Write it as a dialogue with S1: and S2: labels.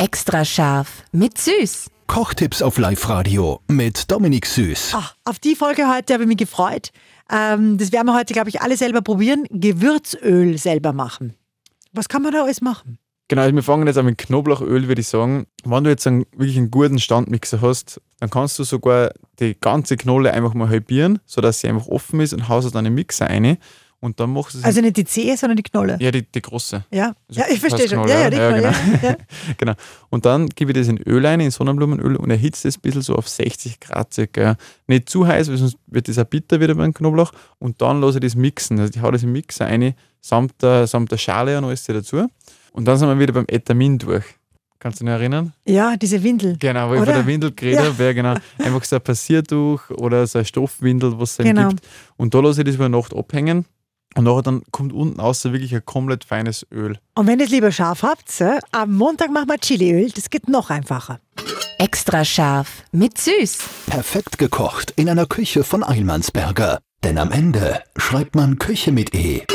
S1: Extra scharf mit süß.
S2: Kochtipps auf Live-Radio mit Dominik Süß.
S3: Ah, auf die Folge heute habe ich mich gefreut. Ähm, das werden wir heute, glaube ich, alle selber probieren. Gewürzöl selber machen. Was kann man da alles machen?
S4: Genau, also wir fangen jetzt an mit Knoblauchöl, würde ich sagen. Wenn du jetzt einen, wirklich einen guten Standmixer hast, dann kannst du sogar die ganze Knolle einfach mal halbieren, sodass sie einfach offen ist und haust es dann in den Mixer rein. Und dann machst du es.
S3: Also nicht die Zehe, sondern die Knolle.
S4: ja, die, die große.
S3: Ja,
S4: Also
S3: ja ich verstehe schon.
S4: Knolle,
S3: Ja, ja,
S4: ja.
S3: die
S4: Ja,
S3: Knolle. Ja,
S4: genau.
S3: ja.
S4: Genau. Und dann gebe ich das in Öl ein, in Sonnenblumenöl und erhitze das ein bisschen so auf 60 Grad circa. Nicht zu heiß, weil sonst wird das auch bitter wieder beim Knoblauch. Und dann lasse ich das mixen. Also ich hau das im Mixer rein, samt der, samt der Schale und alles dazu. Und dann sind wir wieder beim Etamin durch. Kannst du dich noch erinnern?
S3: ja, diese Windel.
S4: Genau, wo ich
S3: Oder?
S4: von der Windel geredet
S3: Ja.
S4: habe. Ja, genau. Einfach so ein Passiertuch oder so eine Stoffwindel, was es eben
S3: Genau.
S4: gibt. Und da lasse ich das über Nacht abhängen. Und nachher dann kommt unten außer wirklich ein komplett feines Öl.
S3: Und wenn ihr es lieber scharf habt, äh, am Montag machen wir Chiliöl. Das geht noch einfacher.
S1: Extra scharf mit süß.
S2: Perfekt gekocht in einer Küche von Eilmannsberger. Denn am Ende schreibt man Küche mit E.